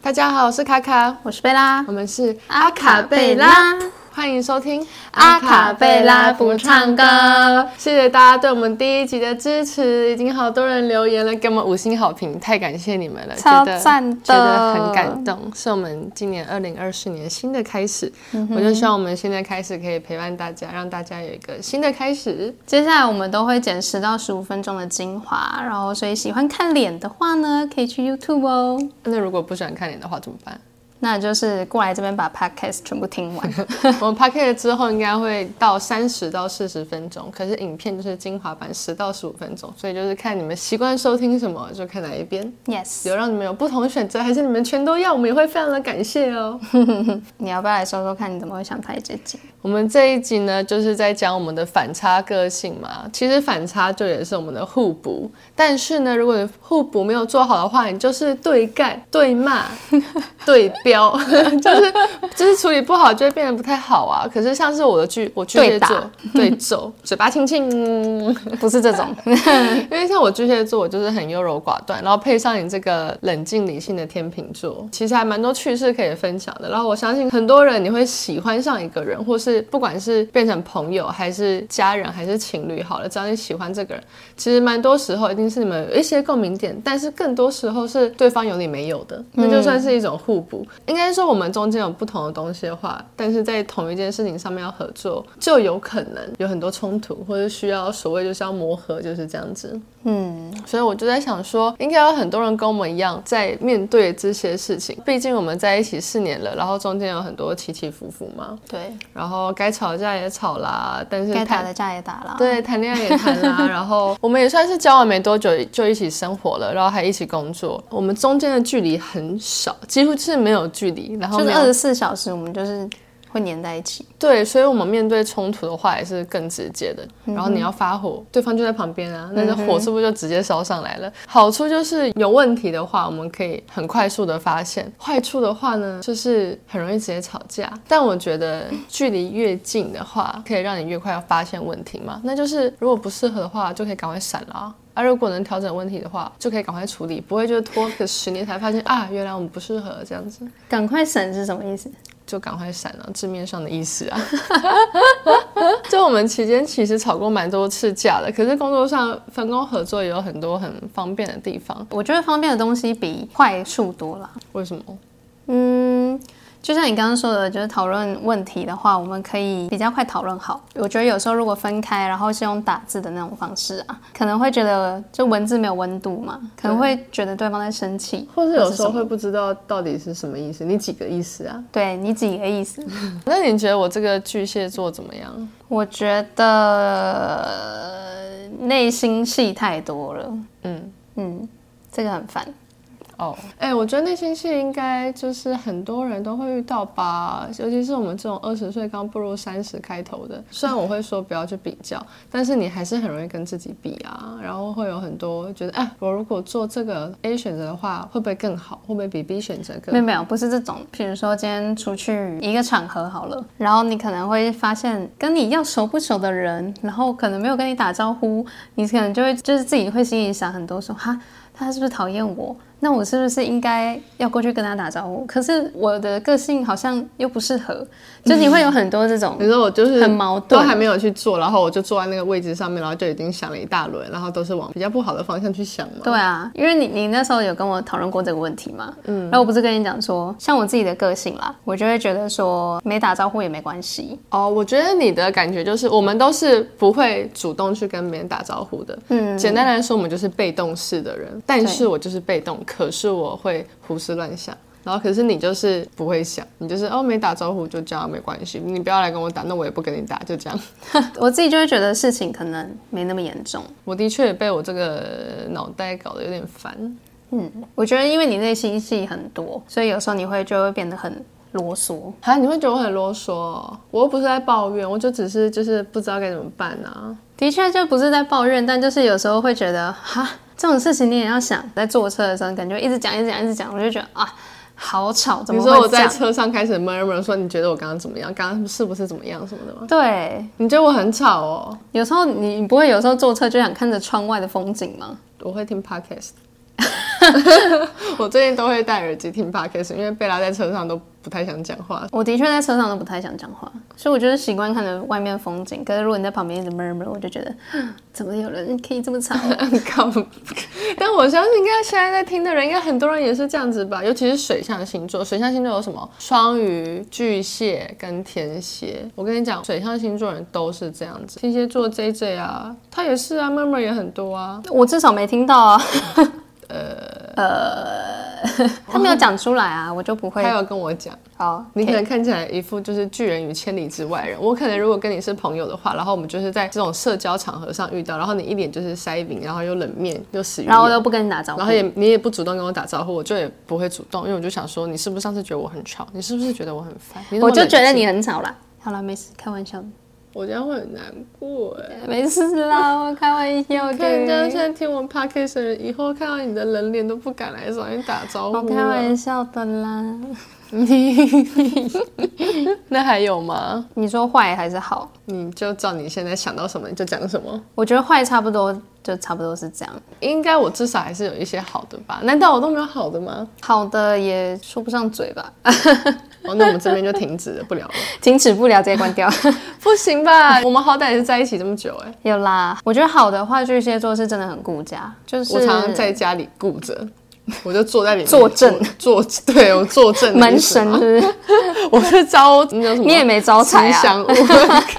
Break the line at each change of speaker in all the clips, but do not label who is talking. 大家好，我是卡卡，
我是贝拉
我，们是
阿卡贝拉，
欢迎收听
阿卡贝拉不唱歌。
谢谢大家对我们第一集的支持，已经好多人留言了，给我们五星好评，太感谢你们了，
超赞的
觉得觉得很感动，是我们今年二零二四年新的开始。
嗯
我就希望我们现在开始可以陪伴大家，让大家有一个新的开始。
接下来我们都会剪十到十五分钟的精华，然后所以喜欢看脸的话呢，可以去 YouTube 哦。
那如果不喜欢看脸的话怎么办？
那就是过来这边把 Podcast 全部听完。
我们 p a c k e t 之后应该会到三十到四十分钟，可是影片就是精华版十到十五分钟，所以就是看你们习惯收听什么就看哪一边。
yes，
有让你们有不同的选择，还是你们全都要，我们也会非常的感谢哦。
你要不要来说说看你怎么会想拍这集？
我们这一集呢，就是在讲我们的反差个性嘛。其实反差就也是我们的互补，但是呢，如果你互补没有做好的话，你就是对干、对 骂、对标， 就是就是处理不好就会变得不太好啊。可是像是我的巨我巨蟹
对打
座对揍，嘴巴轻轻。嗯
不是这种，
因为像我巨蟹座，我就是很优柔寡断，然后配上你这个冷静理性的天秤座，其实还蛮多趣事可以分享的。然后我相信很多人你会喜欢上一个人，或是不管是变成朋友，还是家人，还是情侣，好了，只要你喜欢这个人，其实蛮多时候一定是你们有一些共鸣点，但是更多时候是对方有你没有的，
嗯
那就算是一种互补。应该说我们中间有不同的东西的话，但是在同一件事情上面要合作，就有可能有很多冲突，或者需要所谓就是要磨合，就是这样子。
嗯，
所以我就在想说，应该有很多人跟我们一样，在面对这些事情。毕竟我们在一起四年了，然后中间有很多起起伏伏嘛，
对，
然后该吵架也吵啦，但是
该打
谈
的架也打了，，
对，谈恋爱也谈 啦，然后我们也算是交往没多久就一起生活了，然后还一起工作，我们中间的距离很少，几乎是没有距离，然后
就是
没
二
有
十四小时我们就是会黏在一起。
对，所以我们面对冲突的话也是更直接的。然后你要发火，对方就在旁边啊，那这火是不是就直接烧上来了？好处就是有问题的话，我们可以很快速的发现；坏处的话呢，就是很容易直接吵架。但我觉得距离越近的话，可以让你越快发现问题嘛。那就是如果不适合的话，就可以赶快闪了啊。啊，如果能调整问题的话，就可以赶快处理，不会就拖个十年才发现啊，原来我们不适合这样子。
赶快闪是什么意思？
就赶快闪啊了，字面上的意思啊。 就我们期间其实吵过蛮多次架的，可是工作上分工合作也有很多很方便的地方。
我觉得方便的东西比坏处多啦。
为什么？
嗯，就像你刚刚说的，就是讨论问题的话，我们可以比较快讨论好。我觉得有时候如果分开，然后是用打字的那种方式啊，可能会觉得就文字没有温度嘛，可能会觉得对方在生气，
或者有时
或
候
是什么
会不知道到底是什么意思，你几个意思啊？
对你几个意思。
那你觉得我这个巨蟹座怎么样？
我觉得内心戏太多了，
嗯，
嗯，这个很烦。
哦，哎，我觉得内心戏应该就是很多人都会遇到吧，尤其是我们这种二十岁刚步入三十开头的。虽然我会说不要去比较，但是你还是很容易跟自己比啊，然后会有很多觉得，哎，我如果做这个 A 选择的话，会不会更好？会不会比 B 选择更
没
好？
有没有，不是这种。比如说今天出去一个场合好了，然后你可能会发现跟你要熟不熟的人，然后可能没有跟你打招呼，你可能就会就是自己会心里想很多说哈，他是不是讨厌我？那我是不是应该要过去跟他打招呼？可是我的个性好像又不适合，就你会有很多这种
你说我就是
很矛
都
盾
还没有去做，然后我就坐在那个位置上面，然后就已经想了一大轮，然后都是往比较不好的方向去想嘛。
对啊，因为你你那时候有跟我讨论过这个问题嘛，嗯，然后我不是跟你讲说，像我自己的个性啦，我就会觉得说没打招呼也没关系，
哦，我觉得你的感觉就是，我们都是不会主动去跟别人打招呼的。嗯，简单来说，我们就是被动式的人。但是我就是被动，可是我会胡思乱想。然后，可是你就是不会想，你就是哦，没打招呼就这样，没关系，你不要来跟我打，那我也不跟你打，就这样。
我自己就会觉得事情可能没那么严重。
我的确也被我这个脑袋搞得有点烦。
我觉得因为你内心戏很多，所以有时候你会就会变得很啰嗦。
啊，你会觉得我很啰嗦哦，我又不是在抱怨，我就只是就是不知道该怎么办啊。
的确，就不是在抱怨，但就是有时候会觉得哈，这种事情你也要想。在坐车的时候，感觉一直讲、一直讲、一直讲，我就觉得啊，好吵，怎
你
么
说我
会这
在
样？
车上开始闷闷说，你觉得我刚刚怎么样？刚刚是不是怎么样什么的吗？
对，
你觉得我很吵哦？
有时候你你不会有时候坐车就想看着窗外的风景吗？
我会听 podcast，我最近都会戴耳机听 podcast，因为贝拉在车上都不太想讲话。
我的确在车上都不太想讲话，所以我就是习惯看着外面风景。可是如果你在旁边一直 murmur，我就觉得啊怎么有人可以这么吵？
靠！但我相信，应该现在在听的人，应该很多人也是这样子吧？尤其是水象星座，水象星座有什么？双鱼、巨蟹跟天蝎。我跟你讲，水象星座人都是这样子。天蝎座 J J 啊，他也是啊，murmur 也很多啊。
我至少没听到 啊。呃呃， 他没有讲出来啊，我就不会
他。有跟我讲，
好，
你可
可以
能看起来一副就是拒人于千里之外人。我可能如果跟你是朋友的话，然后我们就是在这种社交场合上遇到，然后你一脸就是塞饼，然后又冷面又死鱼
然后我
眼
都不跟你打招呼
然。后也你也不主动跟我打招呼，我就也不会主动，因为我就想说，你是不是上次觉得我很吵？你是不是觉得我很烦？你那么
我就觉得
冷静，
你很 吵啦。好了，没事，开玩笑的，
我这样会很难过哎。
没事啦，我开玩笑
看人家
的
现，在听我 podcast 的人，以后看到你的人脸都不敢来找你打招
我
呼
开
了。
玩笑的啦。
那还有吗？
你说坏还是好？
你就照你现在想到什么你就讲什么。
我觉得坏差不多，就差不多是这样。
应该我至少还是有一些好的吧？难道我都没有好的吗？
好的也说不上嘴吧，
哦，那我们这边就停止了，不 聊了。
停止不了，直接关 掉。
不行吧？我们好歹也是在一起这么久哎、
有啦，我觉得好的话，巨蟹座是真的很顾家，就是
我常常在家里顾着，我就坐在里面
坐镇
坐，坐对我坐镇的意
门
思
神，
嘛
是不是？
我是招你有什么？
你也没招财
吉
啊，
祥物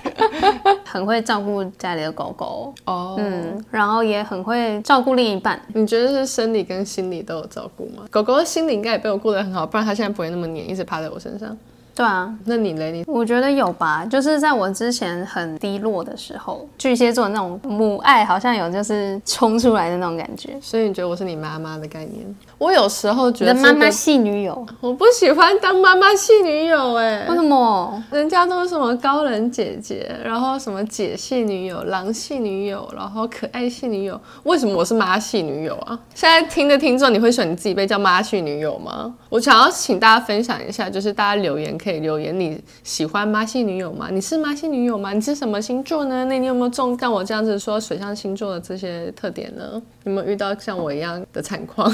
很会照顾家里的狗狗，
哦。
嗯，然后也很会照顾另一半。
你觉得是生理跟心理都有照顾吗？狗狗的心理应该也被我顾得很好，不然它现在不会那么黏，一直趴在我身上。
对啊，
那你嘞？你
我觉得有吧，就是在我之前很低落的时候，巨蟹座那种母爱好像有就是冲出来的那种感觉。
所以你觉得我是你妈妈的概念？我有时候觉
你
得
的
这
妈妈
个
系女友，
我不喜欢当妈妈系女友哎、
为什么？
人家都是什么高冷姐姐，然后什么姐系女友、狼系女友，然后可爱系女友，为什么我是妈系女友啊？现在听的听众，你会选你自己被叫妈系女友吗？我想要请大家分享一下，就是大家留言可以留言，你喜欢妈系女友吗？你是妈系女友吗？你是什么星座呢？那你有没有中像我这样子说水象星座的这些特点呢？有没有遇到像我一样的惨况？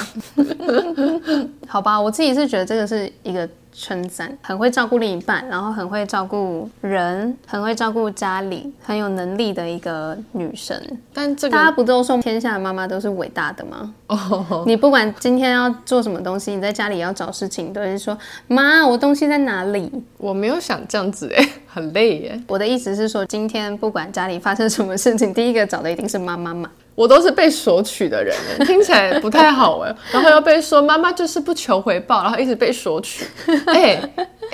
好吧，我自己是觉得这个是一个称赞，很会照顾另一半，然后很会照顾人，很会照顾家里，很有能力的一个女生。
但这
大
个
家不都说天下的妈妈都是伟大的吗？
哦，
你不管今天要做什么东西，你在家里要找事情，都是说妈，我东西在哪里？
我没有想这样子哎、很累耶、
我的意思是说，今天不管家里发生什么事情，第一个找的一定是妈妈嘛。
我都是被索取的人 耶，听起来不太好 哎。然后又被说妈妈就是不求回报，然后一直被索取， 哎、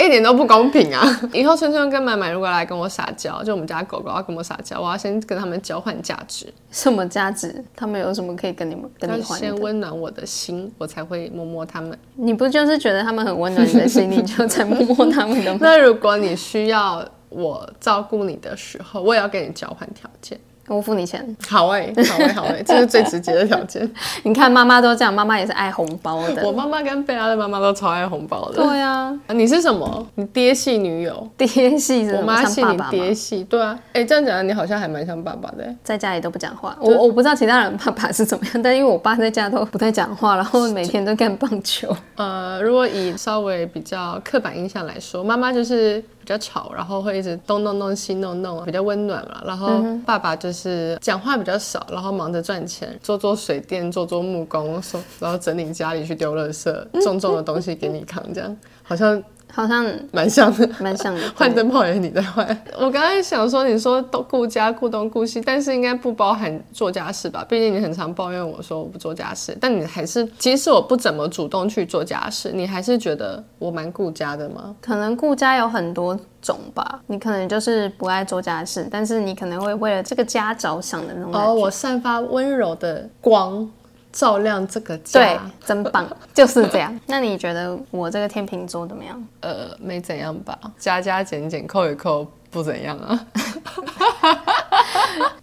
一点都不公平啊！ 以后春春跟满满如果来跟我撒娇，就我们家狗狗要跟我撒娇，我要先跟他们交换价值，
什么价值？他们有什么可以跟你们跟
要
你换
先
的？
温暖我的心，我才会摸摸他们。
你不就是觉得他们很温暖你的心，你就在摸摸他们的吗？
那如果你需要我照顾你的时候，我也要跟你交换条件。
我付你钱。
好哎、好哎、好哎、 这是最直接的条件。
你看妈妈都这样，妈妈也是爱红包的。
我妈妈跟贝拉的妈妈都超爱红包的。
对啊，
啊你是什么？你爹系女友？
爹系
我
是什么
妈
嗯像
系
爸
你
爸吗？
爹系，对啊，哎、这样讲你好像还蛮像爸爸的、欸，
在家里都不讲话，我我不知道其他人爸爸是怎么样，但因为我爸在家都不太讲话，然后每天都干棒球。
呃，如果以稍微比较刻板印象来说，妈妈就是比较吵，然后会一直东弄弄西弄弄，比较温暖嘛。然
嗯
后爸爸就是讲话比较少，然后忙着赚钱，做做水电，做做木工，说然后整理家里去丢垃
嗯
圾，重重的东西给你扛，这样好像
好像
蛮像的。。
蛮像的
换灯泡也是你在换。我刚才想说，你说都顾家顾东顾西，但是应该不包含做家事吧？毕竟你很常抱怨我说我不做家事，但你还是，即使我不怎么主动去做家事，你还是觉得我蛮顾家的吗？
可能顾家有很多种吧，你可能就是不爱做家事，但是你可能会为了这个家着想的那种感
哦，
觉。
我散发温柔的光，照亮这个家。
对， 真棒，就是这样。那你觉得我这个天秤座怎么样？
呃，没怎样吧，加加减减扣一扣不怎样啊，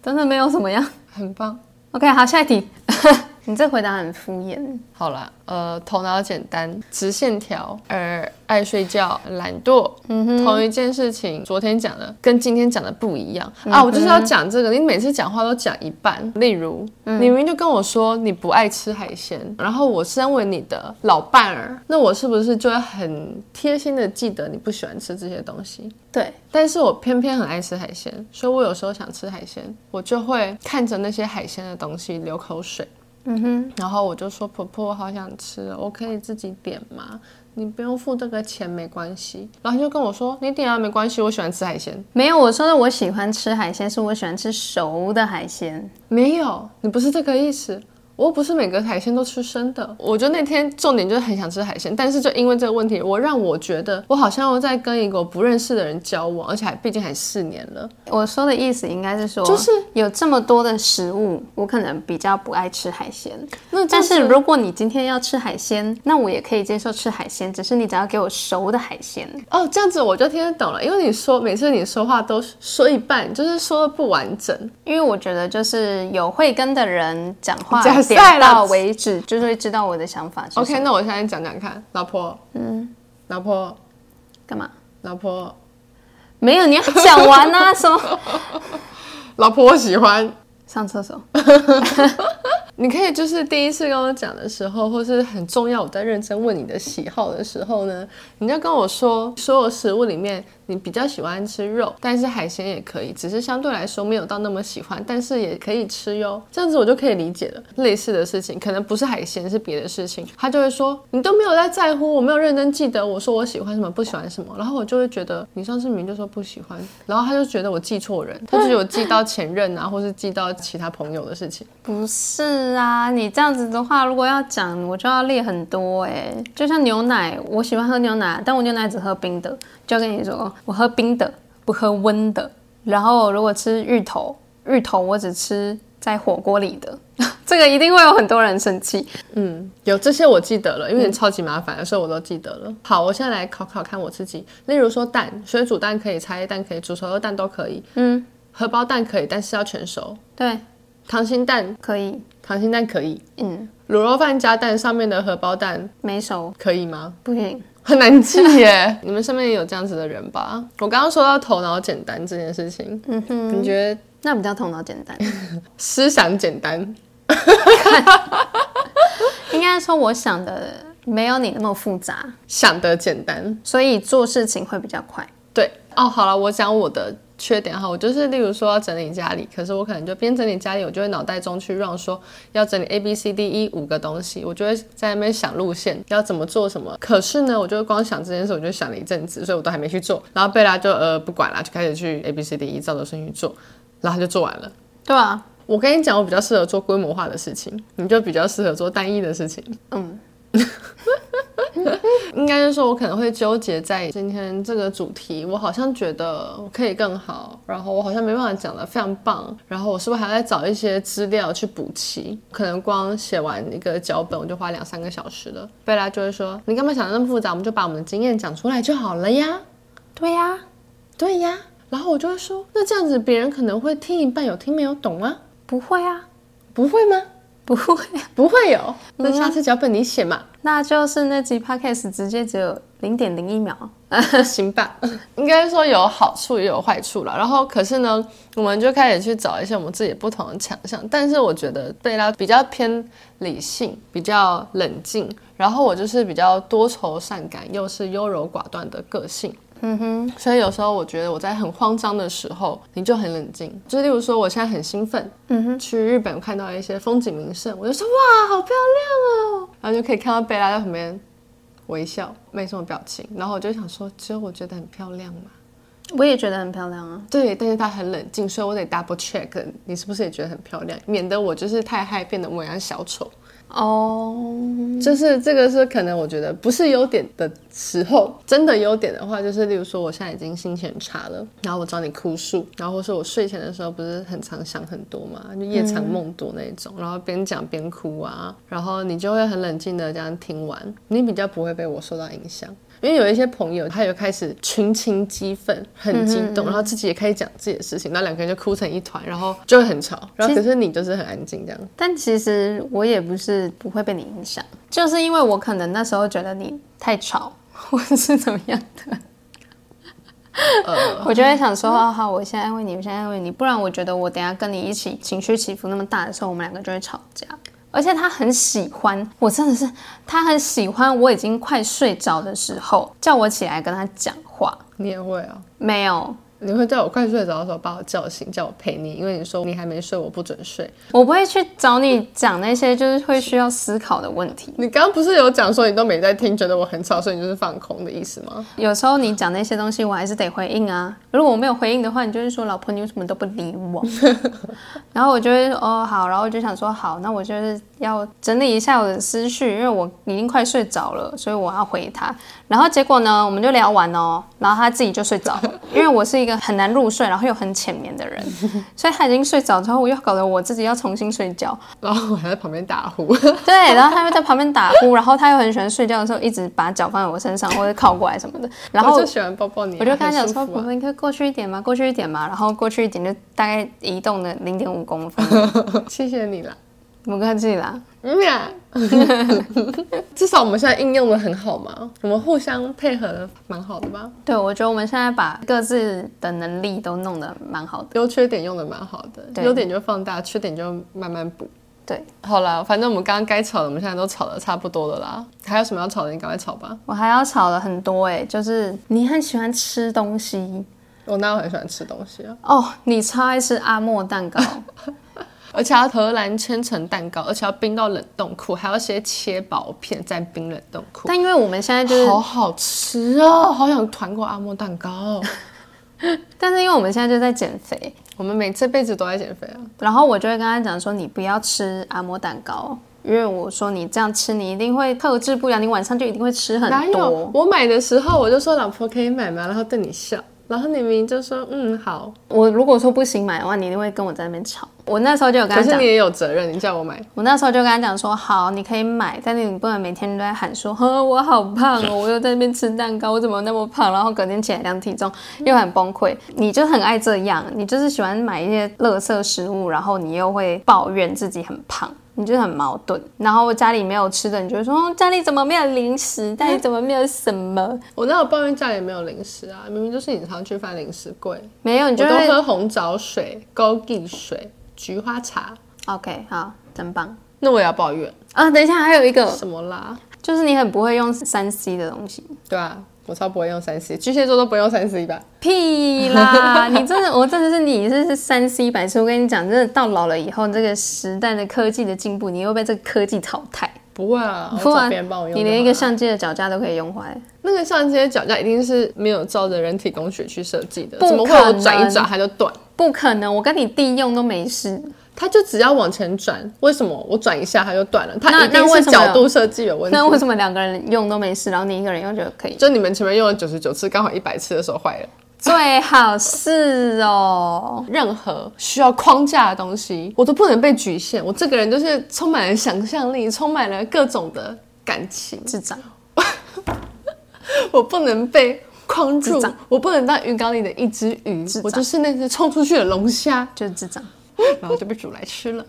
真的没有什么样。
很棒。
OK，好，下一题。 你这回答很敷衍，
好啦，呃，头脑简单，直线条，而爱睡觉，懒惰，
嗯哼，
同一件事情，昨天讲的跟今天讲的不一样、
嗯
啊！我就是要讲这个，你每次讲话都讲一半。例如，
嗯
你明明就跟我说你不爱吃海鲜，然后我身为你的老伴儿，那我是不是就会很贴心的记得你不喜欢吃这些东西？
对，
但是我偏偏很爱吃海鲜，所以我有时候想吃海鲜，我就会看着那些海鲜的东西流口水。
嗯哼，
然后我就说：“婆婆，我好想吃哦，我可以自己点吗？你不用付这个钱，没关系。”然后他就跟我说：“你点啊，没关系，我喜欢吃海鲜。
没有，我说的我喜欢吃海鲜，是我喜欢吃熟的海鲜。”
没有，你不是这个意思。我又不是每个海鲜都吃生的。我觉得那天重点就是很想吃海鲜，但是就因为这个问题，我让我觉得我好像又在跟一个我不认识的人交往，而且还毕竟还四年了。
我说的意思应该是说，
就是
有这么多的食物，我可能比较不爱吃海鲜。
那就
但是如果你今天要吃海鲜，那我也可以接受吃海鲜，只是你只要给我熟的海鲜。
哦，这样子我就听得懂了，因为你说每次你说话都说一半，就是说的不完整。
因为我觉得就是有慧根的人讲话
假赛啦
点到为止，就是会知道我的想法是什么。
OK，那我现在讲讲看，老婆，嗯，老婆，
干嘛？
老婆，
没有，你要讲完啊！什么？
老婆，我喜欢。
上厕所。
你可以就是第一次跟我讲的时候，或是很重要，我在认真问你的喜好的时候呢，你就跟我说，所有食物里面你比较喜欢吃肉，但是海鲜也可以，只是相对来说没有到那么喜欢，但是也可以吃哟。这样子我就可以理解了。类似的事情，可能不是海鲜，是别的事情，他就会说你都没有在在乎，我没有认真记得我说我喜欢什么，不喜欢什么，然后我就会觉得你上次明明就说不喜欢，然后他就觉得我记错人，他就觉得我记到前任啊，或是记到其他朋友的事情。
不是啊，你这样子的话，如果要讲，我就要列很多哎、就像牛奶，我喜欢喝牛奶，但我牛奶只喝冰的，就要跟你说，哦我喝冰的，不喝温的。然后如果吃芋头，芋头我只吃在火锅里的， 这个一定会有很多人生气。
嗯，有这些我记得了，因为超级麻烦的，所以我都记得了。好，我现在来考考看我自己，例如说蛋，水煮蛋可以，茶叶蛋可以，煮熟的蛋都可以，
嗯，
荷包蛋可以，但是要全熟。
对，
溏心蛋，
可以，
溏心蛋可以。
嗯，
卤肉饭加蛋上面的荷包蛋
没熟
可以吗？
不行。
很难记耶， 你们身边也有这样子的人吧？我刚刚说到头脑简单这件事情，
嗯哼，
你觉得
那比较头脑简单，
思想简单？
应该说我想的没有你那么复杂，
想得简单，
所以做事情会比较快。
对，哦，好了，我讲我的缺点哈，我就是例如说要整理家里，可是我可能就边整理家里，我就会脑袋中去让说要整理 A B C D E 五个东西，我就会在那边想路线要怎么做什么。可是呢，我就光想这件事，我就想了一阵子，所以我都还没去做。然后贝拉就呃不管啦，就开始去 A B C D E 照着顺序做，然后她就做完了。
对啊，
我跟你讲，我比较适合做规模化的事情，你就比较适合做单一的事情。
嗯，
应该是说，我可能会纠结在今天这个主题，我好像觉得我可以更好，然后我好像没办法讲的非常棒，然后我是不是还要再找一些资料去补齐？可能光写完一个脚本，我就花两三个小时了。贝拉就会说：“你干嘛想的那么复杂？我们就把我们的经验讲出来就好了呀。”
对啊呀、
对呀，然后我就会说：“那这样子别人可能会听一半，有听没有懂吗？
不会啊，
不会吗？
不会、啊
不会有，那下次脚本你写嘛。”
那就是那集 podcast 直接只有零点零一秒。
行吧，应该说有好处也有坏处了。然后可是呢，我们就开始去找一些我们自己不同的强项。但是我觉得贝拉比较偏理性，比较冷静，然后我就是比较多愁善感，又是优柔寡断的个性。
嗯哼，
所以有时候我觉得我在很慌张的时候，你就很冷静。就例如说，我现在很兴奋，
嗯哼，
去日本看到一些风景名胜，我就说哇，好漂亮哦，然后就可以看到贝拉在旁边微笑，没什么表情。然后我就想说，只有我觉得很漂亮嘛。
我也觉得很漂亮啊。
对，但是她很冷静，所以我得 double check 你是不是也觉得很漂亮，免得我就是太嗨变得我像小丑。
哦、
就是这个是可能我觉得不是优点的时候，真的优点的话，就是例如说我现在已经心情很差了，然后我找你哭诉，然后或是我睡前的时候不是很常想很多嘛，就夜长梦多那一种，然后边讲边哭啊，然后你就会很冷静的这样听完，你比较不会被我受到影响。因为有一些朋友，他有开始群情激愤，很激动，然后自己也开始讲自己的事情，然后两个人就哭成一团，然后就会很吵。然后可是你就是很安静这样。
但其实我也不是不会被你影响，就是因为我可能那时候觉得你太吵，或是怎么样的，我就会想说，哦好，我先安慰你，我先安慰你，不然我觉得我等一下跟你一起情绪起伏那么大的时候，我们两个就会吵架。而且他很喜欢我，真的是他很喜欢我已经快睡着的时候叫我起来跟他讲话。
你也会啊？
没有，
你会在我快睡着的时候把我叫醒，叫我陪你，因为你说你还没睡，我不准睡。
我不会去找你讲那些就是会需要思考的问题。
你刚刚不是有讲说你都没在听，觉得我很吵，所以你就是放空的意思吗？
有时候你讲那些东西，我还是得回应啊。如果我没有回应的话，你就会说老婆你为什么都不理我？然后我就会说哦好，然后我就想说好，那我就是要整理一下我的思绪，因为我已经快睡着了，所以我要回他。然后结果呢，我们就聊完哦，然后他自己就睡着了，因为我是一个很难入睡，然后又很浅眠的人，所以他已经睡着之后，我又搞得我自己要重新睡觉。
然后我还在旁边打呼，
对，然后他又在旁边打呼，然后他又很喜欢睡觉的时候一直把脚放在我身上或者靠过来什么的，然后
我就喜欢抱抱你啊、
我就跟他讲
很舒
说，
服
我
啊
们可以过去一点嘛，过去一点嘛，然后过去一点就大概移动了零点五公 分，
谢谢你啦。
不客气啦。
嗯呀， 至少我们现在应用的很好嘛，我们互相配合的蛮好的吧，
对，我觉得我们现在把各自的能力都弄得蛮好的。
优缺点用的蛮好的，
对
优点就放大，缺点就慢慢补。
对
好啦，反正我们刚刚该吵的，我们现在都吵的差不多了啦，还有什么要吵的，你赶快吵吧。
我还要吵了很多哎、就是你很喜欢吃东西
我哪有很喜欢吃东西啊？
哦，你超爱吃阿莫 蛋糕，
而且要荷兰千层蛋糕，而且要冰到冷冻库，还要先切薄片再冰冷冻库。
但因为我们现在就是，
好好吃哦，好想团购阿莫蛋糕。
但是因为我们现在就在减肥，
我们每这辈子都在减肥啊，
然后我就会跟他讲说，你不要吃阿莫蛋糕，因为我说你这样吃，你一定会克制不了，你晚上就一定会吃很
哪有
多。？
我买的时候我就说老婆可以买吗？然后对你笑，然后你明明就说嗯好，
我如果说不行买的话，你一定会跟我在那边吵。我那时候就有跟
可
他
是
讲
你，也有责任，你叫我买。
我那时候就跟他讲说，好，你可以买，但是你不能每天都在喊说，呵，我好胖哦，我又在那边吃蛋糕，我怎么那么胖？然后隔天起来量体重又很崩溃。你就很爱这样，你就是喜欢买一些垃圾食物，然后你又会抱怨自己很胖。你就很矛盾，然后家里没有吃的，你就会说、哦家里怎么没有零食，哦家里怎么没有什么，
我哪有抱怨家里没有零食啊？明明就是你常去翻零食柜，
没有，你
我
就
都
会哦
喝红枣水、枸杞水、菊花茶。
OK，好，真棒
那我也要抱怨
啊！等一下，还有一个
什么啦？
就是你很不会用三 C 的东西，
对啊，我超不会用三 C，巨蟹座都不用三 C 吧？
屁啦！ 你真的，我真的是你这是三 C 白痴。我跟你讲，真的到老了以后，这个时代的科技的进步，你又被这个科技淘汰。
不会啊，我
不
找
然
别人帮我用就好了。
你连一个相机的脚架都可以用坏。
那个上街脚架一定是没有照着人体工学去设计的，
不
怎么会
可
我
能
转一转它就断？
不可能，我跟你弟用都没事。
它就只要往前转，为什么我转一下它就断了？它
那
一定
那为
是
什么
角度设计有问题
那。为什么两个人用都没事，然后你一个人用就可以？
就你们前面用了九十九次，刚好一百次的时候坏了。
最好是哦。
任何需要框架的东西，我都不能被局限。我这个人就是充满了想象力，充满了各种的感情，
智障，
我不能被框住
智障，
我不能当鱼缸里的一只鱼
智，障
我就是那只冲出去的龙 虾，
就是智障。
然后就被煮来吃了。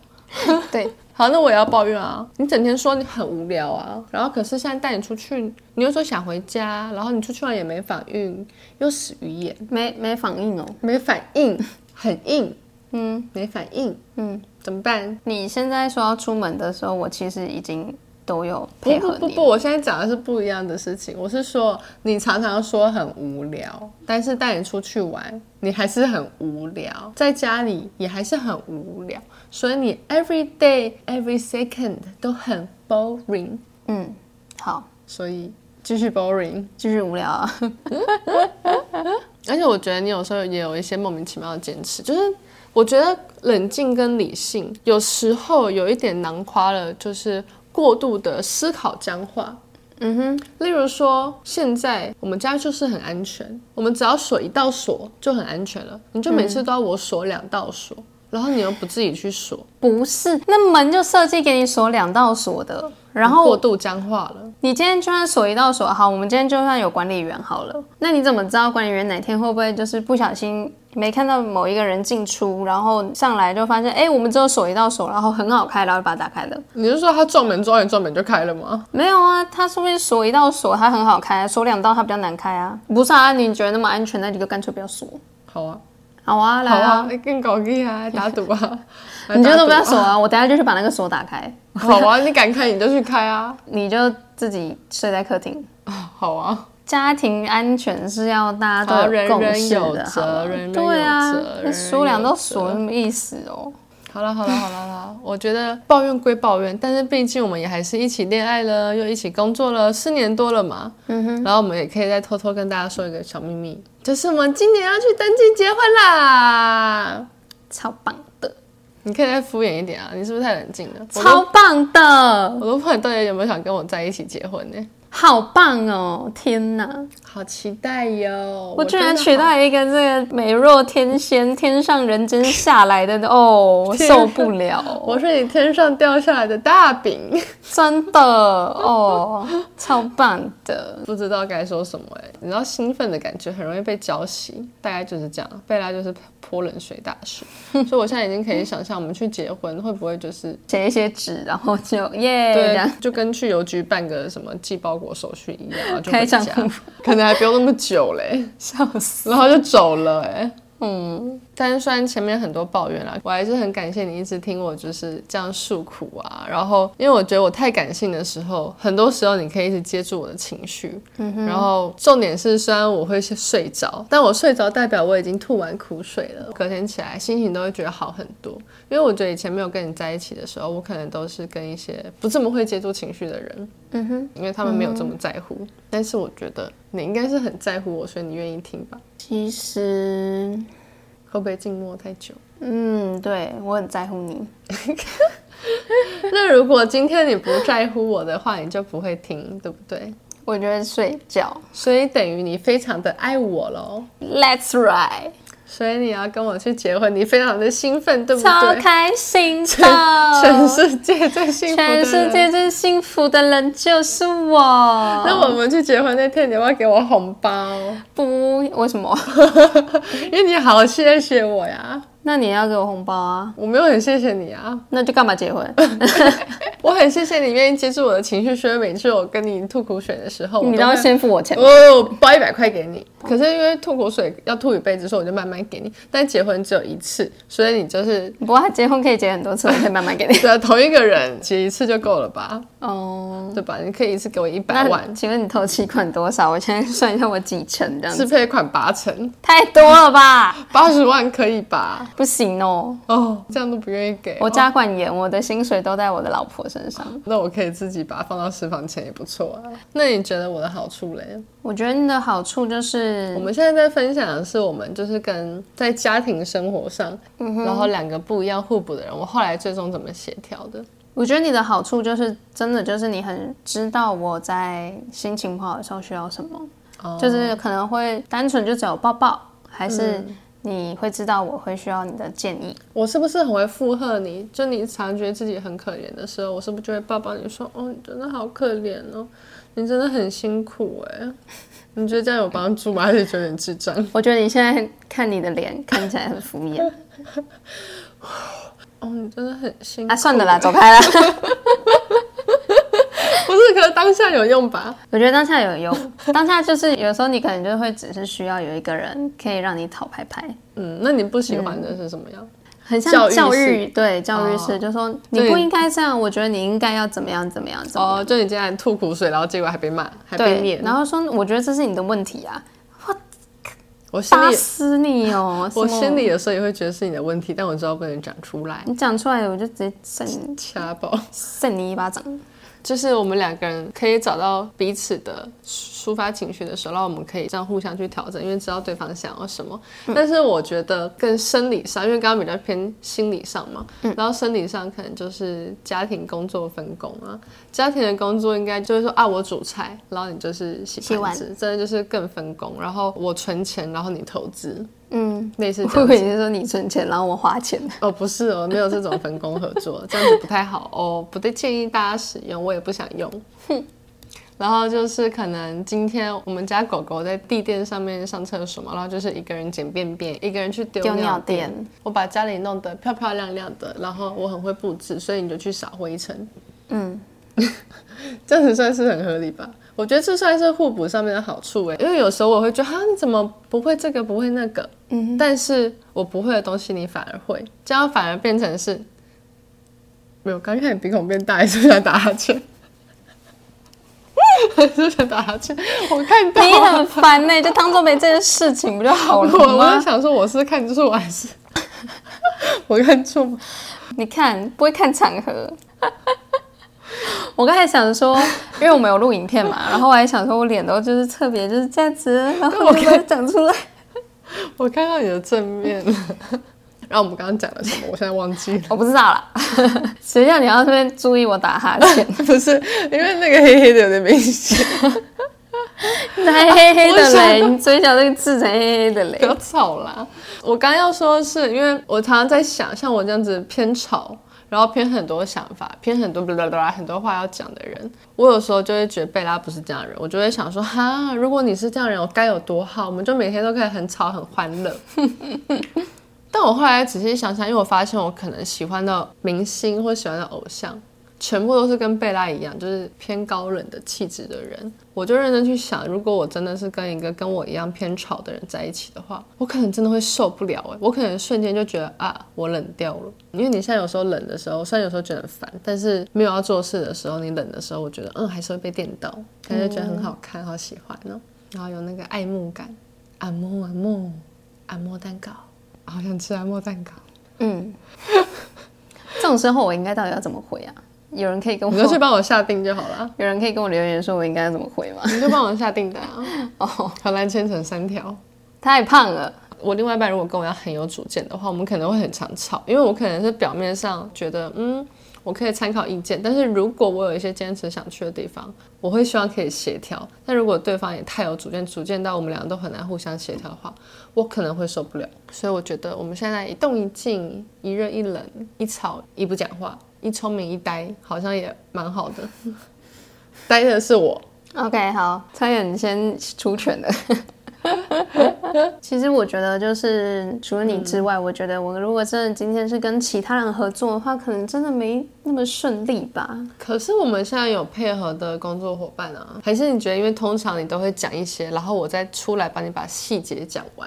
对，
好，那我也要抱怨啊！你整天说你很无聊啊，然后可是现在带你出去，你又说想回家，然后你出去玩也没反应，又死鱼眼，
没没反应哦。
没反应，很硬，
嗯
没反应，
嗯。
怎么办？
你现在说要出门的时候，我其实已经都有
不
配
不
合
不
你。
不，我现在讲的是不一样的事情。我是说，你常常说很无聊，但是带你出去玩，你还是很无聊，在家里也还是很无聊，所以你 every day every second 都很 boring，
嗯，好，
所以继续 boring。
继续无聊啊。
而且我觉得你有时候也有一些莫名其妙的坚持，就是我觉得冷静跟理性有时候有一点囊括了，就是过度的思考僵化。
嗯哼，
例如说，现在我们家就是很安全，我们只要锁一道锁就很安全了。你就每次都要我锁两道锁，然后你又不自己去锁，
不是，那门就设计给你锁两道锁的，然后
过度僵化了。
你今天就算锁一道锁，好，我们今天就算有管理员好了，那你怎么知道管理员哪天会不会就是不小心没看到某一个人进出，然后上来就发现，哎、我们只有锁一道锁，然后很好开，然后就把它打开的？
你是说他撞门撞一撞门就开了吗？
没有啊，他说不定锁一道锁它很好开，锁两道它比较难开啊。不是啊，你觉得那么安全，那你就干脆不要锁。
好啊，
好啊，
好
来啊，
啊，更搞定啊，打赌 啊，
你就都不要
锁。
锁啊，我等下就去把那个锁打开，
好啊，你敢开你就去开啊。
你就自己睡在客厅。
好啊，
家庭安全是要大家
好
都
人
共
人
识
有
的，
责
好吗
人人
对啊
有责，人
那
人
说两
有
道
责
锁什么意思哦？
好了，好了，好了，好啦。我觉得抱怨归抱怨，但是毕竟我们也还是一起恋爱了，又一起工作了四年多了嘛。嗯哼。然后我们也可以再偷偷跟大家说一个小秘密，就是我们今年要去登记结婚啦。
超棒的，
你可以再敷衍一点啊！你是不是太冷静了？我都
超棒的，
我都不知道你到底有没有想跟我在一起结婚呢、
好棒哦！天哪，
好期待哟！
我居
真
然
的
娶
好
到一个这个美若天仙、天上人间下来的哦，我
天啊
受 不了，
我是你天上掉下来的大饼，
真的哦，超棒的，
不知道该说什么哎、你知道兴奋的感觉很容易被浇熄，大概就是这样。贝拉就是泼冷水大师， 所以我现在已经可以想象，我们去结婚会不会就是
写一些纸，然后就耶，这样
对，就跟去邮局办个什么寄包裹手续一样，然后就
开
回
账
家
户，
可能还不用那么久嘞，
笑死，
然后就走了哎、
嗯，
但是虽然前面很多抱怨啦，我还是很感谢你一直听我就是这样诉苦啊。然后，因为我觉得我太感性的时候，很多时候你可以一直接住我的情绪。
嗯
然后重点是，虽然我会先睡着，但我睡着代表我已经吐完苦水了，隔天起来心情都会觉得好很多。因为我觉得以前没有跟你在一起的时候，我可能都是跟一些不这么会接住情绪的人，
嗯哼，
因为他们没有这
嗯
么在乎。但是我觉得你应该是很在乎我，所以你愿意听吧？
其实
会不会静默太 久？
嗯，对我很在乎你。
那如果今天你不在乎我的话，你就不会听，对不对？
我觉得睡觉
所以等于你非常的爱我喽，
，Let's ride，
所以你要跟我去结婚，你非常的兴奋，对不
超
对？
开心
全
的，
世界最幸福的人
全世界。最幸福的人就 是我。
那我们去结婚那天，你要不要给我红 包？
不，为什么？
因为你好谢谢我呀，
那你要给我红包啊？
我没有很谢谢你啊，
那就干嘛结婚？
我很谢谢你愿意接住我的情绪，所以每次我跟你吐苦水的时候，
你
我
都
都
要
会
先 付 我钱吗。
哦，包一百块给你。可是因为吐口水要吐一辈子，所以我就慢慢给你。但结婚只有一次，所以你就是
不过他结婚可以结很多次，我可以慢慢给你。
对啊同一个人 结一次就够了吧？
哦，
对吧？你可以一次给我一百
那
万，
请问你头期款多少？我现在算一下我几成这样
自
子，
备款八成，
太多了吧？
八十万可以吧？
不行哦，
哦，这样都不愿意给
我
哦
家管严，我的薪水都在我的老婆身上。
那我可以自己把它放到私房钱也不错啊。那你觉得我的好处嘞？
我觉得你的好处就是
我们现在在分享的是我们就是跟在家庭生活上，
嗯
然后两个不一样互补的人，我后来最终怎么协调的？
我觉得你的好处就是，真的就是你很知道我在心情不好的时候需要什么，
哦
就是可能会单纯就只有抱抱，还是
嗯
你会知道我会需要你的建议。
我是不是很会附和你？就你察觉自己很可怜的时候，我是不是就会抱抱你说：“哦，你真的好可怜哦，你真的很辛苦哎、你觉得这样有帮助吗？还是觉得你智障？
我觉得你现在看你的脸看起来很敷衍
哦，你真的很 辛苦
啊，算了啦，走开啦。
不是，可是当下有用吧？
我觉得当下有用，当下就是有时候你可能就会只是需要有一个人可以让你讨拍拍，
嗯，那你不喜欢的是什么
嗯
样？哦
很像
教育
教育
式
对教育式，
哦
就说你
对
不应该这样，我觉得你应该要怎么样怎么样怎么样。
哦，就你竟然吐苦水，然后结果还被骂，还被
对，
念，
然后说我觉得这是你的问题啊，
我心
打
里
死你 哦！
我
什么
心里有时候也会觉得是你的问题，但我知道不能讲出来，
你讲出来，我就直接扇你
掐爆。
扇你一巴掌。
就是我们两个人可以找到彼此的抒发情绪的时候，然后我们可以这样互相去调整，因为知道对方想要什么。
嗯
但是我觉得更生理上，因为刚刚比较偏心理上嘛，
嗯
然后生理上可能就是家庭工作分工啊，家庭的工作应该就是说啊，我煮菜，然后你就是洗
洗
盘
碗
子，真的就是更分工。然后我存钱，然后你投资，
嗯，
类似这
会
样
不
子。
会你是说你存钱，然后我花钱？
哦，不是哦，没有这种分工合作，这样子不太好哦，不太建议大家使用，我也不想用。然后就是可能今天我们家狗狗在地垫上面上厕所嘛，然后就是一个人捡便便，一个人去丢
丢尿
垫。
垫
我把家里弄得漂漂亮亮的，然后我很会布置，所以你就去扫灰尘，
嗯，
这样子算是很合理吧？我觉得这算是互补上面的好处哎，因为有时候我会觉得哈你怎么不会这个不会那个，
嗯，
但是我不会的东西你反而会，这样反而变成是没有。刚看你鼻孔变大，还是想打哈欠？还是想打哈欠？我看到
你
了
很烦呢、就当做没这件事情不就好
我
了
我就
吗？
想说我是看错还是我看错吗？
你看，不会看场合。 我刚才想说，因为我们有录影片嘛， 然后我还想说，我脸都就是特别就是这样子，然后我没有讲出来。
我看到你的正面 了。然后我们刚刚讲了什么？我现在忘记了。
我不知道啦， 谁叫你要这边注意我打哈欠？
不是因为那个黑黑的有点明显，
那 黑黑
我
的
想
雷，你嘴角这个痣才黑黑的
不
雷
要。吵啦！我刚要说的是，因为我常常在想，像我这样子偏吵，然后偏很多想法，偏很多 blah blah blah 很多话要讲的人，我有时候就会觉得贝拉不是这样的人，我就会想说，哈，如果你是这样的人，我该有多好，我们就每天都可以很吵很欢乐。 但我后来仔细想想，因为我发现我可能喜欢的明星或喜欢的偶像，全部都是跟贝拉一样，就是偏高冷的气质的人。我就认真去想，如果我真的是跟一个跟我一样偏吵的人在一起的话，我可能真的会受不了哎、我可能瞬间就觉得啊，我冷掉了。因为你现在有时候冷的时候，虽然有时候觉得很烦，但是没有要做事的时候，你冷的时候，我觉得嗯还是会被电到，但是觉得很好看，好喜欢哦，然后有那个爱慕感，按摩按摩按摩蛋糕。好想吃安莫蛋糕。
嗯，这种时候我应该到底要怎么回啊？有人可以跟我
你就去帮我下定就好了，
有人可以跟我留言说我应该怎么回吗？
你就帮我下订单啊。哦，荷兰千层三条。
太胖了，
我另外一半如果跟我要很有主见的话，我们可能会很常吵，因为我可能是表面上觉得嗯，我可以参考意见，但是如果我有一些坚持想去的地方，我会希望可以协调。但如果对方也太有主见，主见到我们两个都很难互相协调的话，我可能会受不了。所以我觉得我们现在一动一静，一热一冷，一吵一不讲话，一聪明一呆，好像也蛮好的。呆的是我，
OK，好，蔡远先出 拳了。其实我觉得，就是除了你之外，我觉得我如果真的今天是跟其他人合作的话，可能真的没那么顺利吧。
可是我们现在有配合的工作伙伴啊，还是你觉得，因为通常你都会讲一些，然后我再出来帮你把细节讲完。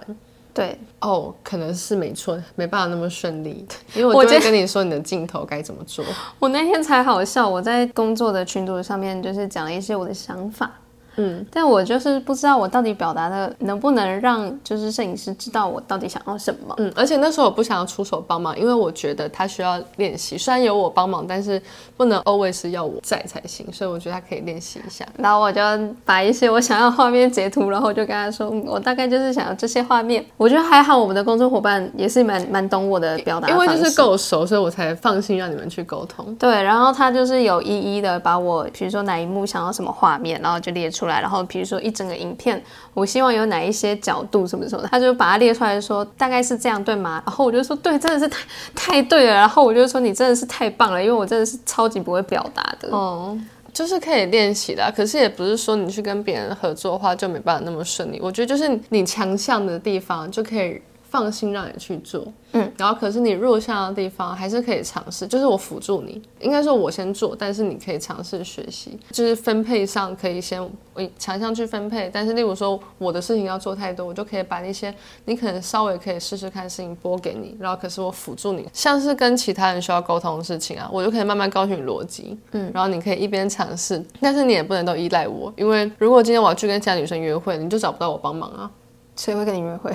对，
哦，可能是没错，没办法那么顺利， 因为我
我
就会
觉
跟你说你的镜头该怎么做。
我那天才好笑，我在工作的群组上面就是讲一些我的想法，
嗯，
但我就是不知道我到底表达的能不能让就是摄影师知道我到底想要什么。
嗯，而且那时候我不想要出手帮忙，因为我觉得他需要练习，虽然有我帮忙，但是不能 always 要我在才行，所以我觉得他可以练习一下。
然后我就把一些我想要的画面截图，然后我就跟他说，嗯我大概就是想要这些画面。我觉得还好，我们的工作伙伴也是蛮蛮懂我的表达
因
方
为
式，
就是够熟，所以我才放心让你们去沟通。
对，然后他就是有一一的把我，比如说哪一幕想要什么画面，然后就列出来，然后比如说一整个影片，我希望有哪一些角度什么什么的，他就把它列出来说大概是这样对吗？然后我就说对，真的是太太对了，然后我就说你真的是太棒了，因为我真的是超级不会表达的。
哦，就是可以练习的啊、可是也不是说你去跟别人合作的话就没办法那么顺利。我觉得就是你强项的地方就可以放心让你去做，
嗯，
然后可是你弱项的地方还是可以尝试，就是我辅助你，应该说我先做，但是你可以尝试学习，就是分配上可以先我强项去分配，但是例如说我的事情要做太多，我就可以把那些你可能稍微可以试试看事情拨给你，然后可是我辅助你，像是跟其他人需要沟通的事情啊，我就可以慢慢告诉你逻辑，嗯，然后你可以一边尝试，但是你也不能都依赖我，因为如果今天我要去跟其他女生约会，你就找不到我帮忙啊，
谁会跟你约会？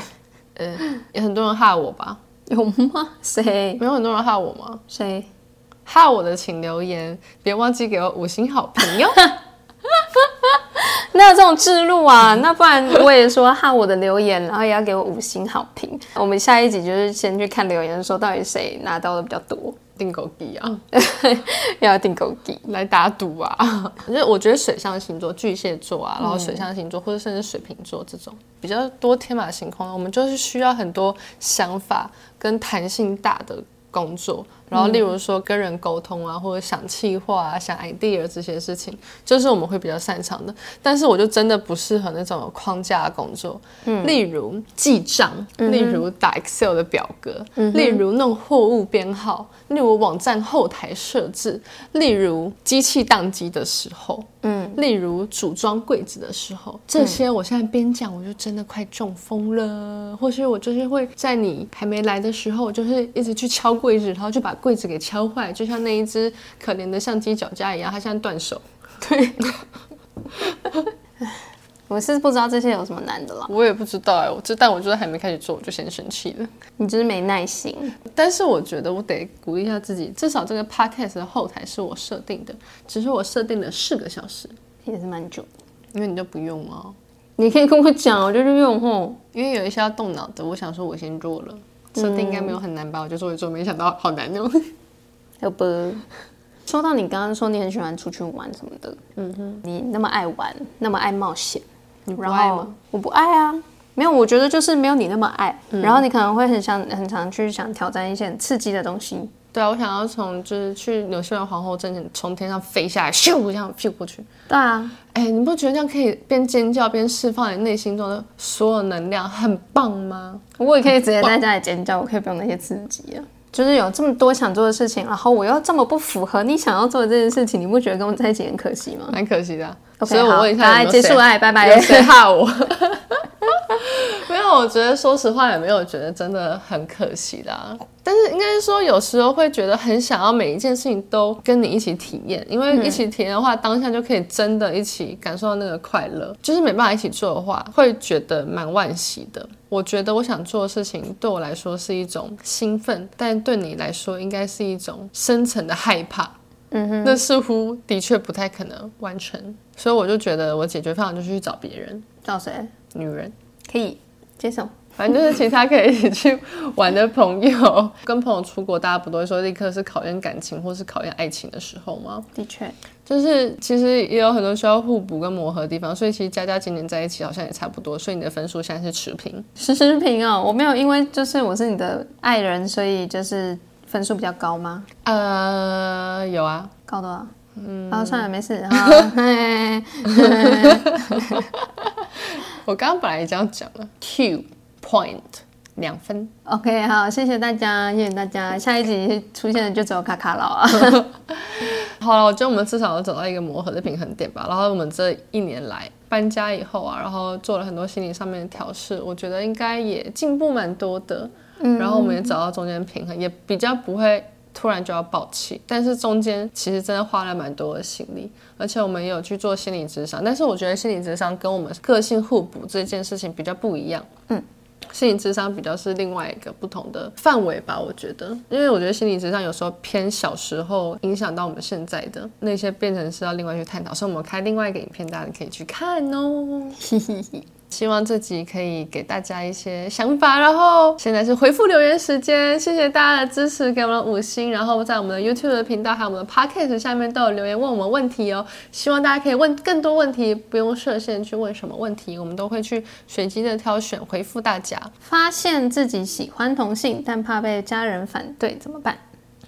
也很多人害我吧？
有吗？谁？
没有很多人害我吗？
谁？
害我的请留言，别忘记给我五星好评哟。
那有这种制度啊，那不然我也说哈我的留言，然后也要给我五星好评。我们下一集就是先去看留言，说到底谁拿到的比较多，
定狗币啊，
要定狗地。
来打赌 啊！就是我觉得水象星座，巨蟹座啊，然后水象星座或者甚至水瓶座这种比较多天马行空的，我们就是需要很多想法跟弹性大的工作。然后例如说跟人沟通啊，或者想气话啊、想 idea 这些事情，就是我们会比较擅长的。但是我就真的不适合那种有框架的工作，例如记账，例如打 Excel 的表格，例如弄货物编号，例如网站后台设置，例如机器宕机的时候，嗯，例如组装柜子的时候，这些我现在边讲我就真的快中风了。或许我就是会在你还没来的时候，我就是一直去敲柜子，然后就把柜子给敲坏，就像那一只可怜的相机脚架一样，它现在断手。对，
我是不知道这些有什么难的啦，
我也不知道哎、我这但我就是还没开始做，我就先生气了。
你就是没耐心。
但是我觉得我得鼓励一下自己，至少这个 podcast 的后台是我设定的，只是我设定了四个小时，
也是蛮久。
因为你就不用啊，
你可以跟我讲，我就是用吼。
因为有一些要动脑的，我想说我先做了，设定应该没有很难吧？我就做一做，没想到好难 哦。
要不，说到你刚刚说你很喜欢出去玩什么的，嗯哼，你那么爱玩，那么爱冒险，
你不
然
爱
后
吗？
我不爱啊，没有，我觉得就是没有你那么爱。
嗯
然后你可能会很想很常去想挑战一些很刺激的东西，
对啊，我想要从就是去纽西兰皇后镇从天上飞下来，咻这样飞过去。
对啊，
哎，你不觉得这样可以边尖叫边释放你内心中的所有能量，很棒 吗？
我也可以直接在家里尖叫，我可以不用那些刺激啊。就是有这么多想做的事情，然后我又这么不符合你想要做的这件事情，你不觉得跟我在一起很可惜吗？
蛮可惜的啊、
OK，
所以我
好
问一下
大
有没有
家结
谁
束了，拜拜
有。谁害我？ 没有，我觉得说实话也没有觉得真的很可惜啦。但是应该是说，有时候会觉得很想要每一件事情都跟你一起体验，因为一起体验的话，当下就可以真的一起感受到那个快乐。就是没办法一起做的话，会觉得蛮惋惜的。我觉得我想做的事情对我来说是一种兴奋，但对你来说应该是一种深层的害怕。
嗯哼，
那似乎的确不太可能完成，所以我就觉得我解决方法就是去找别人，
找谁？
女人，
可以，接受。
反正就是其他可以一起去玩的朋友。跟朋友出国，大家不都会说立刻是考验感情或是考验爱情的时候吗？
的确，
就是其实也有很多需要互补跟磨合的地方，所以其实佳佳今年在一起好像也差不多，所以你的分数现在是持平。
实时评哦，我没有因为就是我是你的爱人，所以就是分数比较高吗？
呃，有啊，
高多少？嗯，好、算了，没事。好嘿
我刚刚本来也这样讲了，Q point 两分。
OK，好，谢谢大家，谢谢大家。下一集出现的就只有卡卡佬啊。
好了，我觉得我们至少要找到一个磨合的平衡点吧。然后我们这一年来搬家以后啊，然后做了很多心理上面的调试，我觉得应该也进步蛮多的。嗯，然后我们也找到中间的平衡，也比较不会突然就要爆气。但是中间其实真的花了蛮多的心力，而且我们也有去做心理智商。但是我觉得心理智商跟我们个性互补这件事情比较不一样。心理智商比较是另外一个不同的范围吧，我觉得，因为我觉得心理智商有时候偏小时候影响到我们现在的那些，变成是要另外去探讨，所以我们开另外一个影片，大家可以去看哦。
嘿嘿嘿，
希望这集可以给大家一些想法，然后现在是回复留言时间，谢谢大家的支持，给我们五星，然后在我们的 YouTube 的频道还有我们的 Podcast 下面都有留言问我们问题哦，希望大家可以问更多问题，不用设限去问什么问题，我们都会去随机的挑选回复大家。
发现自己喜欢同性，但怕被家人反对怎么办？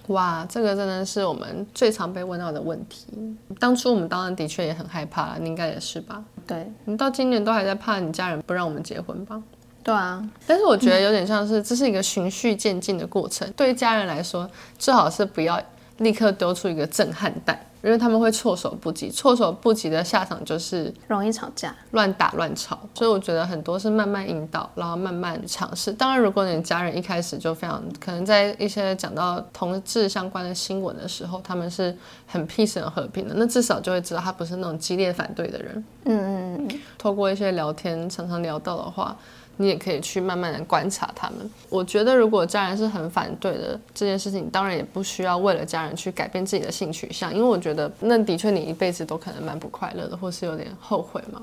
哇，这个真的是我们最常被问到的问题。当初我们当然的确也很害怕啦，你应该也是吧？
对，
你到今年都还在怕你家人不让我们结婚吧？
对啊，
但是我觉得有点像是这是一个循序渐进的过程，对于家人来说，最好是不要立刻丢出一个震撼弹，因为他们会措手不及，措手不及的下场就是
容易吵架。
乱打乱吵，所以我觉得很多是慢慢引导，然后慢慢尝试。当然，如果你的家人一开始就非常可能在一些讲到同志相关的新闻的时候，他们是很 peace 很和平的，那至少就会知道他不是那种激烈反对的人。
嗯嗯嗯，
透过一些聊天常常聊到的话，你也可以去慢慢的观察他们。我觉得如果家人是很反对的这件事情，当然也不需要为了家人去改变自己的性取向，因为我觉得那的确你一辈子都可能蛮不快乐的，或是有点后悔嘛。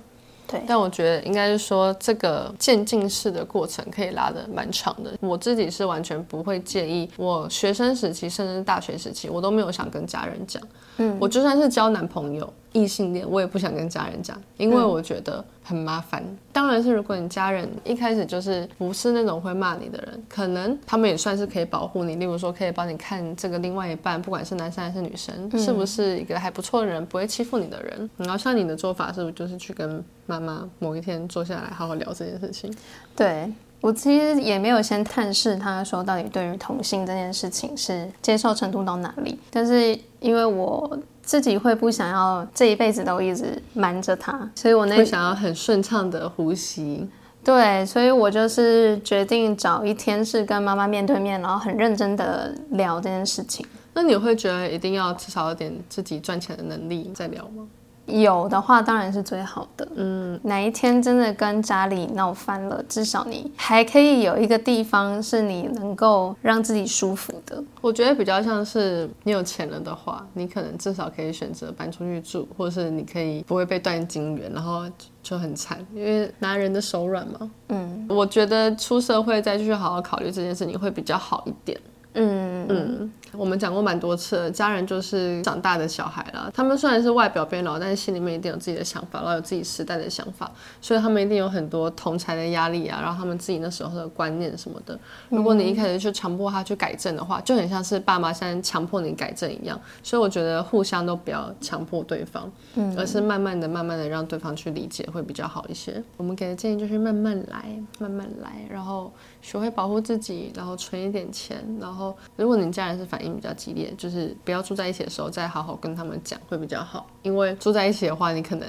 对
但我觉得应该是说，这个渐进式的过程可以拉得蛮长的。我自己是完全不会介意，我学生时期甚至是大学时期，我都没有想跟家人讲。嗯，我就算是交男朋友，异性恋，我也不想跟家人讲，因
嗯
为我觉得很麻烦。当然是如果你家人一开始就是不是那种会骂你的人，可能他们也算是可以保护你，例如说可以帮你看这个另外一半，不管是男生还是女生，
嗯
是不是一个还不错的人，不会欺负你的人。然后像你的做法是不是就是去跟妈妈某一天坐下来好好聊这件事情？
对我其实也没有先探视他说到底对于同性这件事情是接受程度到哪里，但是因为我自己会不想要这一辈子都一直瞒着他，所以我那
会想要很顺畅的呼吸，
对，所以我就是决定找一天是跟妈妈面对面，然后很认真的聊这件事情。
那你会觉得一定要至少有点自己赚钱的能力再聊吗？
有的话当然是最好的。嗯，哪一天真的跟家里闹翻了，至少你还可以有一个地方是你能够让自己舒服的。
我觉得比较像是你有钱了的话，你可能至少可以选择搬出去住，或是你可以不会被断金源，然后就很惨，因为拿人的手软嘛。
嗯
我觉得出社会再去好好考虑这件事情会比较好一点。
嗯嗯，
嗯，我们讲过蛮多次了，家人就是长大的小孩啦。他们虽然是外表变老，但是心里面一定有自己的想法，然后有自己时代的想法，所以他们一定有很多同才的压力啊，然后他们自己那时候的观念什么的。如果你一开始就强迫他去改正的话，就很像是爸妈现在强迫你改正一样。所以我觉得互相都不要强迫对方，嗯，而是慢慢的、慢慢的让对方去理解会比较好一些。我们给的建议就是慢慢来，慢慢来，然后学会保护自己，然后存一点钱，然后如果你家人是反应比较激烈，就是不要住在一起的时候再好好跟他们讲会比较好，因为住在一起的话，你可能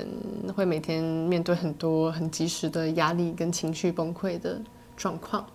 会每天面对很多很及时的压力跟情绪崩溃的状况。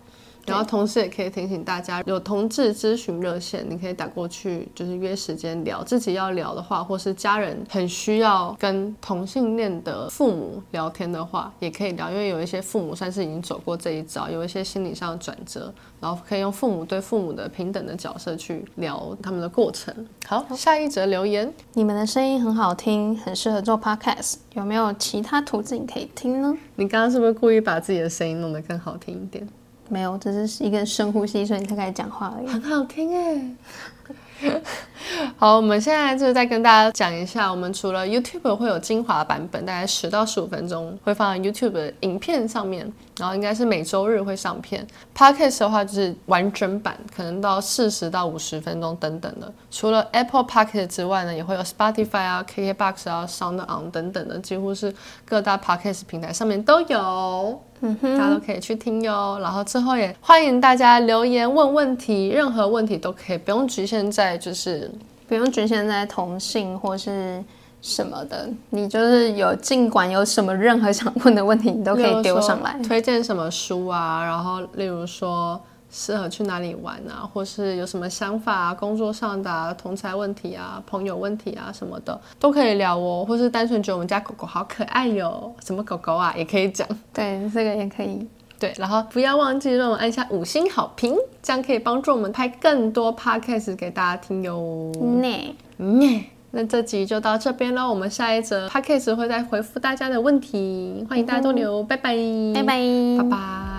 然后同时也可以提醒大家，有同志咨询热线，你可以打过去，就是约时间聊。自己要聊的话，或是家人很需要跟同性恋的父母聊天的话，也可以聊，因为有一些父母算是已经走过这一遭，有一些心理上的转折，然后可以用父母对父母的平等的角色去聊他们的过程。好，下一则留言，
你们的声音很好听，很适合做 podcast。有没有其他途径可以听呢？
你刚刚是不是故意把自己的声音弄得更好听一点？
没有，只是一个深呼吸，所以你才开始讲话而已。
很好听哎。 好，我们现在就是再跟大家讲一下，我们除了 YouTube 会有精华版本，大概十到十五分钟会放在 YouTube 的影片上面，然后应该是每周日会上片。Podcast 的话就是完整版，可能到四十到五十分钟等等的。除了 Apple Podcast 之外呢，也会有 Spotify 啊、KKBox 啊、Sound On 等等的，几乎是各大 Podcast 平台上面都有。
嗯
大家都可以去听哟。然后之后也欢迎大家留言问问题，任何问题都可以，不用局限在就是
不用局限在同性或是什么的，你就是有尽管有什么任何想问的问题，你都可以丢上来
例如。说推荐什么书啊，然后例如说适合去哪里玩啊，或是有什么想法啊，工作上的、啊、同财问题啊、朋友问题啊什么的都可以聊哦。或是单纯觉得我们家狗狗好可爱哟，什么狗狗啊也可以讲。
对，这个也可以。
对，然后不要忘记让我们按下五星好评，这样可以帮助我们拍更多 podcast 给大家听哟。
那
嗯，那这集就到这边喽，我们下一则 podcast 嗯会再回复大家的问题，欢迎大家多留，拜拜，
拜拜，
拜拜。